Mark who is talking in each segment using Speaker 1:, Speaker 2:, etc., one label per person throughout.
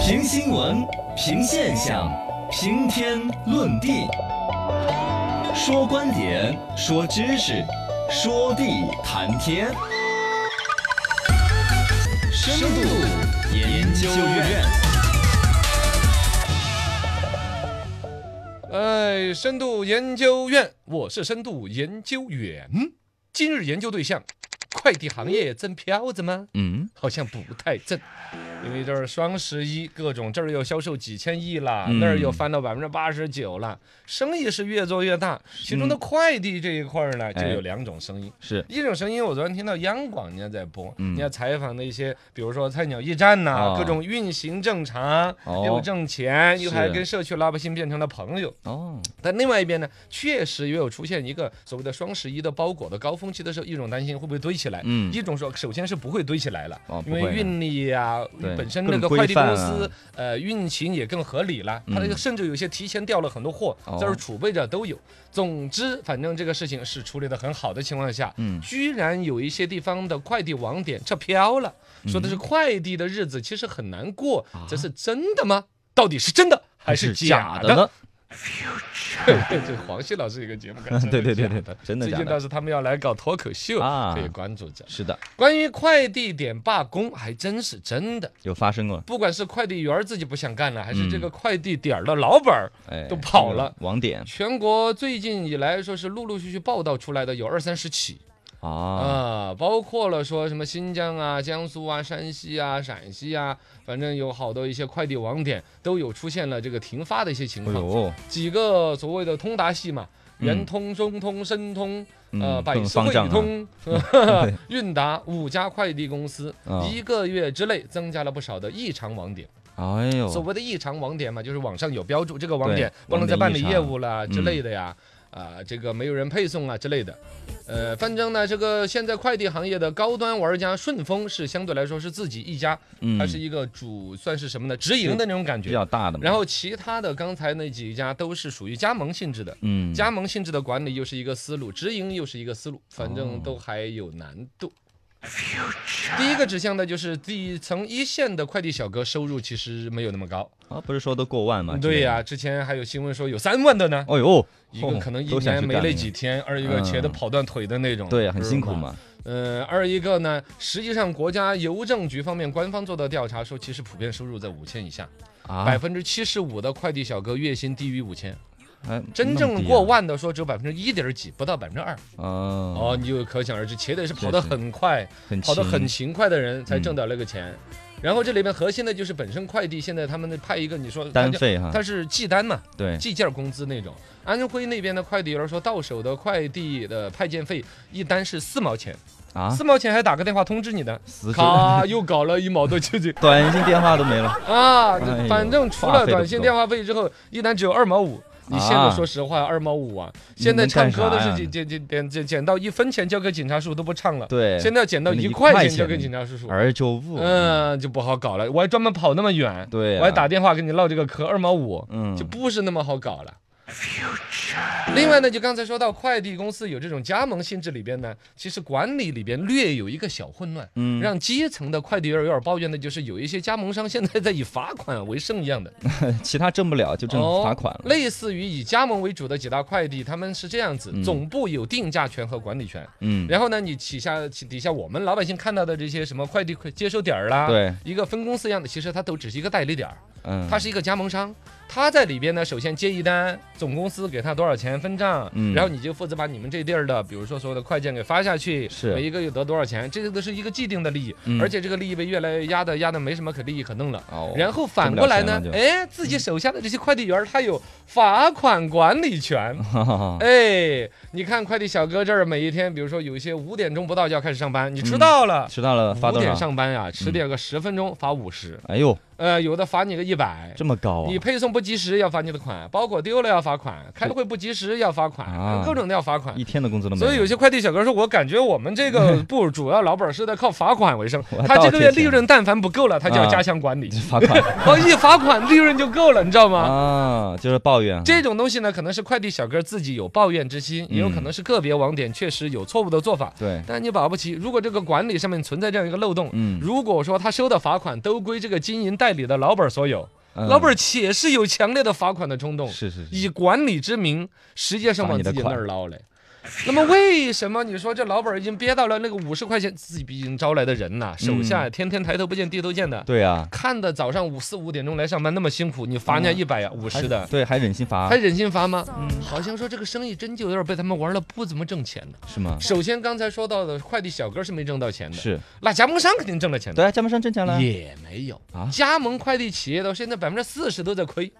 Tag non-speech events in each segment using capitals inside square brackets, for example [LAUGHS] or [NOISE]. Speaker 1: 评新闻，评现象，评天论地，说观点，说知识，说地谈天。深度研究院，
Speaker 2: 哎，深度研究院，我是深度研究员。今日研究对象，快递行业挣票子吗？
Speaker 1: 嗯，
Speaker 2: 好像不太挣，因为这是双十一，各种这儿又销售几千亿啦，
Speaker 1: 嗯
Speaker 2: 那儿又翻到百分之八十九了，生意是越做越大。其中的快递这一块儿呢，就
Speaker 1: 嗯哎
Speaker 2: 有两种声音。
Speaker 1: 是
Speaker 2: 一种声音，我昨天听到央广人家在播，
Speaker 1: 嗯
Speaker 2: 人家采访的一些，比如说菜鸟驿站呐、
Speaker 1: 哦
Speaker 2: 各种运行正常，
Speaker 1: 哦
Speaker 2: 又挣钱，又还
Speaker 1: 是
Speaker 2: 跟社区老百姓变成了朋友。
Speaker 1: 哦，
Speaker 2: 但另外一边呢，确实也有出现一个所谓的双十一的包裹的高峰期的时候，一种担心会不会堆起来，
Speaker 1: 嗯
Speaker 2: 一种说首先是不会堆起来了，
Speaker 1: 哦
Speaker 2: 因
Speaker 1: 不会
Speaker 2: 为
Speaker 1: 啊
Speaker 2: 运力啊，
Speaker 1: 对
Speaker 2: 本身
Speaker 1: 更
Speaker 2: 那个
Speaker 1: 规
Speaker 2: 快递公
Speaker 1: 范
Speaker 2: 司
Speaker 1: 啊
Speaker 2: 呃运行也更合理了，它这个
Speaker 1: 嗯
Speaker 2: 甚至有些提前掉了很多货
Speaker 1: 哦，
Speaker 2: 在这儿储备着都有。总之，反正这个事情是处理的很好的情况下，
Speaker 1: 嗯
Speaker 2: 居然有一些地方的快递网点撤票了，
Speaker 1: 嗯
Speaker 2: 说的是快递的日子其实很难过，
Speaker 1: 啊
Speaker 2: 这是真的吗？到底是真的还是假
Speaker 1: 的呢？
Speaker 2: [LAUGHS] 这黄旭老师有个节目感
Speaker 1: [LAUGHS] ，对对对对对，真的
Speaker 2: 最
Speaker 1: 假
Speaker 2: 近倒
Speaker 1: 的？
Speaker 2: 是他们要来搞脱口秀，
Speaker 1: 啊
Speaker 2: 可以关注着。
Speaker 1: 是的，
Speaker 2: 关于快递点罢工，还真是真的。
Speaker 1: 有发生过。
Speaker 2: 不管是快递员儿自己不想干了，还是这
Speaker 1: 嗯
Speaker 2: 个快递点儿的老板儿，
Speaker 1: 哎，
Speaker 2: 都跑了
Speaker 1: 这个网点
Speaker 2: 全国最近以来说是陆陆续续报道出来的有二三十起
Speaker 1: 啊，
Speaker 2: 啊、包括了说什么新疆啊、江苏啊、山西啊、陕西啊，反正有好多一些快递网点都有出现了这个停发的一些情
Speaker 1: 哎
Speaker 2: 况。
Speaker 1: 呦，
Speaker 2: 几个所谓的通达系嘛，
Speaker 1: 嗯
Speaker 2: 圆通、中通、申通、呃
Speaker 1: 嗯，
Speaker 2: 百
Speaker 1: 更
Speaker 2: 世
Speaker 1: 方 [LAUGHS]
Speaker 2: 汇
Speaker 1: 丈啊，
Speaker 2: 通、 [LAUGHS] 韵达五家快递公司，
Speaker 1: 啊
Speaker 2: 一个月之内增加了不少的异常网点。
Speaker 1: 哎
Speaker 2: 所
Speaker 1: 呦，
Speaker 2: 谓的异常网点嘛，就是网上有标注这个网
Speaker 1: 对
Speaker 2: 点不
Speaker 1: 网
Speaker 2: 能再
Speaker 1: 点
Speaker 2: 办
Speaker 1: 异
Speaker 2: 理
Speaker 1: 常
Speaker 2: 业务了之
Speaker 1: 嗯
Speaker 2: 类的呀。啊，这个没有人配送啊之类的，呃，反正呢，这个现在快递行业的高端玩家顺丰是相对来说是自己一家，
Speaker 1: 嗯
Speaker 2: 它，是一个主算是什么呢？直营的那种感
Speaker 1: 比
Speaker 2: 觉。
Speaker 1: 较大的嘛，
Speaker 2: 然后其他的刚才那几家都是属于加盟性质的，
Speaker 1: 嗯，
Speaker 2: 加盟性质的管理又是一个思路，直营又是一个思路，反
Speaker 1: 哦
Speaker 2: 正都还有难度。第一个指向的就是底层一线的快递小哥收入其实没有那么高，
Speaker 1: 啊，不是说都过万吗？
Speaker 2: 嗯对呀、之前还有新闻说有三万的呢，
Speaker 1: 哎呦，
Speaker 2: 一个可能一
Speaker 1: 都想
Speaker 2: 年
Speaker 1: 去
Speaker 2: 没
Speaker 1: 干
Speaker 2: 累
Speaker 1: 那个
Speaker 2: 几天，二一个
Speaker 1: 嗯
Speaker 2: 瘸的跑断腿的那种，
Speaker 1: 对，很
Speaker 2: 是
Speaker 1: 辛苦
Speaker 2: 吧。
Speaker 1: 嘛。
Speaker 2: 呃，二一个呢，实际上国家邮政局方面官方做的调查说，其实普遍收入在五千以下，
Speaker 1: 啊
Speaker 2: 百分之七十五的快递小哥月薪低于五千，
Speaker 1: 哎
Speaker 2: 真
Speaker 1: 那么低
Speaker 2: 正
Speaker 1: 啊
Speaker 2: 过万的说只有百分之一点几，不到百分之二。
Speaker 1: 哦，
Speaker 2: 哦，你就可想而知，且得是跑得
Speaker 1: 是
Speaker 2: 很快、
Speaker 1: 很
Speaker 2: 跑得很
Speaker 1: 勤嗯
Speaker 2: 勤快的人才挣到那个钱。然后这里面核心的就是本身快递现在他们派一个，你说
Speaker 1: 单
Speaker 2: 他就
Speaker 1: 费哈，
Speaker 2: 他是寄单嘛，
Speaker 1: 对，
Speaker 2: 计件工资那种。安徽那边的快递员说，到手的快递的派件费一单是四毛钱，
Speaker 1: 啊，
Speaker 2: 四毛钱还打个电话通知你呢，
Speaker 1: 死守
Speaker 2: 咔又搞了一毛多就
Speaker 1: [LAUGHS]
Speaker 2: 去
Speaker 1: 短信电话都没
Speaker 2: [LAUGHS]
Speaker 1: 了，
Speaker 2: 啊
Speaker 1: 哎呦，
Speaker 2: 反正除
Speaker 1: 话费
Speaker 2: 了
Speaker 1: 都
Speaker 2: 短
Speaker 1: 不
Speaker 2: 信
Speaker 1: 够
Speaker 2: 电话费之后，一单只有二毛五。你现在
Speaker 1: 啊
Speaker 2: 说实话，二毛五啊！
Speaker 1: 你
Speaker 2: 现在
Speaker 1: 能
Speaker 2: 唱
Speaker 1: 干
Speaker 2: 歌都
Speaker 1: 啥
Speaker 2: 是
Speaker 1: 呀
Speaker 2: 捡捡捡捡捡捡到一分钱交给警察叔叔都不唱了，
Speaker 1: 对，
Speaker 2: 现在要捡到
Speaker 1: 那
Speaker 2: 一
Speaker 1: 一
Speaker 2: 块
Speaker 1: 块
Speaker 2: 钱
Speaker 1: 钱
Speaker 2: 交给
Speaker 1: 呢
Speaker 2: 警察叔叔，
Speaker 1: 而就不，
Speaker 2: 嗯，就不好搞了。我还专门跑那么远，
Speaker 1: 对啊，
Speaker 2: 我还打电话跟你唠这个嗑，二毛五，
Speaker 1: 嗯，
Speaker 2: 就不是那么好搞了。另外呢，就刚才说到快递公司有这种加盟性质里边呢，其实管理里边略有一个小混乱，
Speaker 1: 嗯
Speaker 2: 让基层的快递员有点抱怨的就是有一些加盟商现在在以罚款为生一样的，
Speaker 1: 嗯其他挣不了就挣
Speaker 2: 哦
Speaker 1: 罚款了，
Speaker 2: 类似于以加盟为主的几大快递，他们是这样子，总部有定价权和管理权，
Speaker 1: 嗯，
Speaker 2: 然后呢，你旗下旗底下我们老百姓看到的这些什么快递接收点儿啦，
Speaker 1: 对，
Speaker 2: 一个分公司一样的，其实它都只是一个代理点儿，
Speaker 1: 嗯，
Speaker 2: 它是一个加盟商，他在里边呢，首先接一单，总公司给他多少钱分账，
Speaker 1: 嗯
Speaker 2: 然后你就负责把你们这地儿的，比如说所有的快件给发下去，
Speaker 1: 是
Speaker 2: 每一个月得多少钱，这个都是一个既定的利益，
Speaker 1: 嗯
Speaker 2: 而且这个利益被越来越压的压的没什么可利益可弄了。
Speaker 1: 哦，
Speaker 2: 然后反过来呢
Speaker 1: 挣，不了嗯
Speaker 2: 哎，自己手下的这些快递员儿，他有罚款管理权，
Speaker 1: 哈哈哈
Speaker 2: 哎，你看快递小哥这儿每一天，比如说有一些五点钟不到就要开始上班，你迟到了，
Speaker 1: 迟到了嗯呃
Speaker 2: 五
Speaker 1: 发多
Speaker 2: 点
Speaker 1: 少？
Speaker 2: 上班呀、迟点个十分钟罚五十，
Speaker 1: 哎呦，
Speaker 2: 呃，有的罚你个一百。
Speaker 1: 这么高啊
Speaker 2: 你！配送不及时要罚你的款，包裹丢了要罚款，开会不及时要罚
Speaker 1: 啊
Speaker 2: 款，各种都要罚款。
Speaker 1: 一天的工资都没
Speaker 2: 所以有些快递小哥说，我感觉我们
Speaker 1: [LAUGHS]
Speaker 2: 这个部主要老板是在靠罚款为生
Speaker 1: 我，还
Speaker 2: 他这
Speaker 1: 倒
Speaker 2: 个月
Speaker 1: 贴钱
Speaker 2: 利润但凡不够了，他就要
Speaker 1: 啊
Speaker 2: 加强管理。
Speaker 1: 罚
Speaker 2: [LAUGHS]
Speaker 1: 款
Speaker 2: 哦，一罚款利润就够了，你知道吗？
Speaker 1: 啊，就是抱怨啊，
Speaker 2: 这种东西呢，可能是快递小哥自己有抱怨之心，也有
Speaker 3: 嗯
Speaker 2: 可能是个别网点确实有错误的做法。
Speaker 1: 对，
Speaker 2: 但你保不齐，如果这个管理上面存在这样一个漏洞，
Speaker 1: 嗯
Speaker 2: 如果说他收的罚款都归这个经营代理的老板所有。
Speaker 3: 嗯
Speaker 2: 老板且是有强烈的罚款的
Speaker 1: 嗯
Speaker 2: 冲动，
Speaker 3: 是是是
Speaker 2: 以管理之名，实际上往自己那儿捞来。那么为什么你说这老板已经憋到了那个五十块钱，自己毕竟招来的人呐、手下天天抬头不见低头见的，
Speaker 3: 嗯对啊，
Speaker 2: 看的早上五四五点钟来上班那么辛苦，你罚人家一百呀五十的，
Speaker 3: 嗯对，还忍心罚
Speaker 2: 还忍心罚吗？好像说这个生意真就有点被他们玩了，不怎么挣钱呢。
Speaker 3: 是吗？
Speaker 2: 首先刚才说到的快递小哥是没挣到钱的，
Speaker 3: 是，
Speaker 2: 那加盟商肯定挣了钱的。
Speaker 3: 对啊，加盟商挣钱了，
Speaker 2: 也没有
Speaker 3: 啊
Speaker 2: 加盟快递企业到现在百分之四十都在亏，
Speaker 3: 啊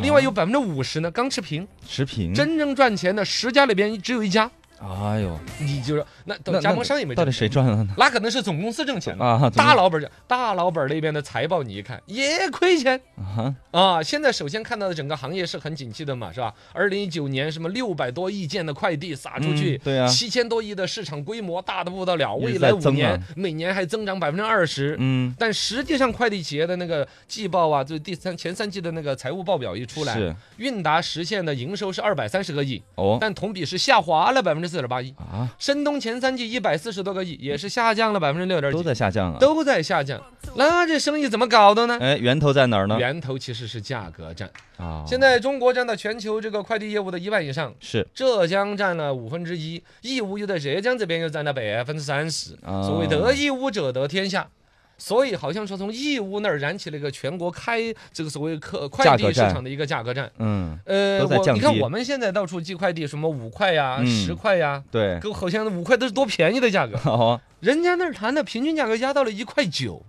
Speaker 3: 嗯
Speaker 2: 另外有百分之五十呢刚持平，
Speaker 3: 持平，，
Speaker 2: 真正赚钱的十家里边只有一家，
Speaker 3: 哎呦，
Speaker 2: 你就说那
Speaker 3: 那
Speaker 2: 等加盟商也没
Speaker 3: 到
Speaker 2: 挣
Speaker 3: 底
Speaker 2: 钱，
Speaker 3: 谁赚了呢？
Speaker 2: 那可能是总公司挣钱了。
Speaker 3: 啊，怎么
Speaker 2: 大老板儿大老板儿那边的财报你一看也亏钱
Speaker 3: 啊，
Speaker 2: 啊！现在首先看到的整个行业是很景气的嘛，是吧？二零一九年什么六百多亿件的快递撒出去，
Speaker 3: 嗯对啊
Speaker 2: 七千多亿的市场规模大的不得了，
Speaker 3: 一直
Speaker 2: 未
Speaker 3: 在
Speaker 2: 来五
Speaker 3: 增
Speaker 2: 年
Speaker 3: 啊
Speaker 2: 每年还增长百分之二十，
Speaker 3: 嗯，
Speaker 2: 但实际上，快递企业的那个季报啊，就第三前三季的那个财务报表一出来，
Speaker 3: 是
Speaker 2: 韵达实现的营收是二百三十个亿，
Speaker 3: 哦
Speaker 2: 但同比是下滑了百分之四点八一。
Speaker 3: 啊，
Speaker 2: 申通前三季一百四十多个亿，也是下降了百分之六点
Speaker 3: 都
Speaker 2: 几，
Speaker 3: 在下降啊，
Speaker 2: 都在下降。那这生意怎么搞的呢？
Speaker 3: 哎，源头在哪儿呢？
Speaker 2: 源头其实是价格战。
Speaker 3: 啊，
Speaker 2: 现在中国占到全球这个快递业务的一半以上，
Speaker 3: 是
Speaker 2: 浙江占了五分之一，义乌又在浙江这边又占了百分之三十。
Speaker 3: 啊
Speaker 2: 所谓得义乌者得天下，所以好像说从义乌那儿燃起了一个全国开这个所谓客快
Speaker 3: 价格
Speaker 2: 递市
Speaker 3: 战
Speaker 2: 场的一个价格战。
Speaker 3: 嗯，
Speaker 2: 呃，
Speaker 3: 都在
Speaker 2: 我
Speaker 3: 降
Speaker 2: 你看
Speaker 3: 低
Speaker 2: 我们现在到处寄快递，什么五块呀、
Speaker 3: 嗯
Speaker 2: 十块呀，
Speaker 3: 对，，
Speaker 2: 给我好像五块都是多便宜的价格
Speaker 3: 好啊，
Speaker 2: 人家那儿谈的平均价格压到了一块九。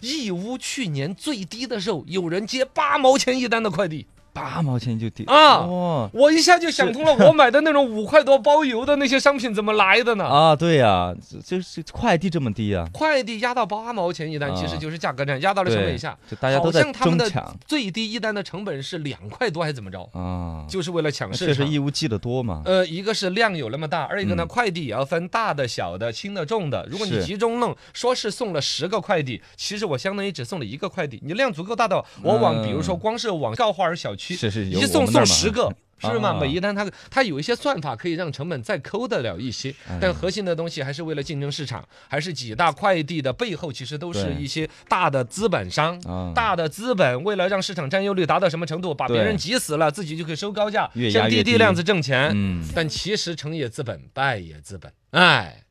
Speaker 2: 义乌去年最低的时候，有人接八毛钱一单的快递，
Speaker 3: 八毛钱就低
Speaker 2: 啊
Speaker 3: 哦
Speaker 2: 我一下就想通了，我买的
Speaker 3: [LAUGHS]
Speaker 2: 那种五块多包邮的那些商品怎么来的呢？
Speaker 3: 啊，对呀，这就是快递这么低啊，
Speaker 2: 快递压到八毛钱一单，
Speaker 3: 啊
Speaker 2: 其实就是价格战，压到了成本以下。
Speaker 3: 就大家都
Speaker 2: 好
Speaker 3: 在
Speaker 2: 像他们
Speaker 3: 争
Speaker 2: 的
Speaker 3: 抢
Speaker 2: 最低一单的成本是两块多，还是怎么着？
Speaker 3: 啊，
Speaker 2: 就是为了抢
Speaker 3: 那
Speaker 2: 市
Speaker 3: 确实
Speaker 2: 场。
Speaker 3: 义乌寄的多嘛，
Speaker 2: 呃，一个是量有那么大，二一个呢，
Speaker 3: 嗯
Speaker 2: 快递也要分大的、小的、轻的、重的。如果你
Speaker 3: 是
Speaker 2: 集中弄，说是送了十个快递，其实我相当于只送了一个快递。你量足够大到，我往，比如说
Speaker 3: 嗯
Speaker 2: 光是往告花儿小区，
Speaker 3: 是是有
Speaker 2: 一
Speaker 3: 我
Speaker 2: 送
Speaker 3: 们那
Speaker 2: 送
Speaker 3: 儿嘛
Speaker 2: 十个。是吗？
Speaker 3: 啊
Speaker 2: 每一单它它有一些算法可以让成本再抠得了一些，
Speaker 3: 哎
Speaker 2: 但核心的东西还是为了竞争市场，还是几大快递的背后其实都是
Speaker 3: 对
Speaker 2: 一些大的资本商
Speaker 3: 啊、
Speaker 2: 呃大的资本，为了让市场占有率达到什么程度，把别
Speaker 3: 对
Speaker 2: 人挤死了，自己就可以收高价
Speaker 3: 越，压
Speaker 2: 像
Speaker 3: 越
Speaker 2: 滴滴
Speaker 3: 低
Speaker 2: 那样子挣钱。
Speaker 3: 嗯。
Speaker 2: 但其实成也资本，败也资本，哎。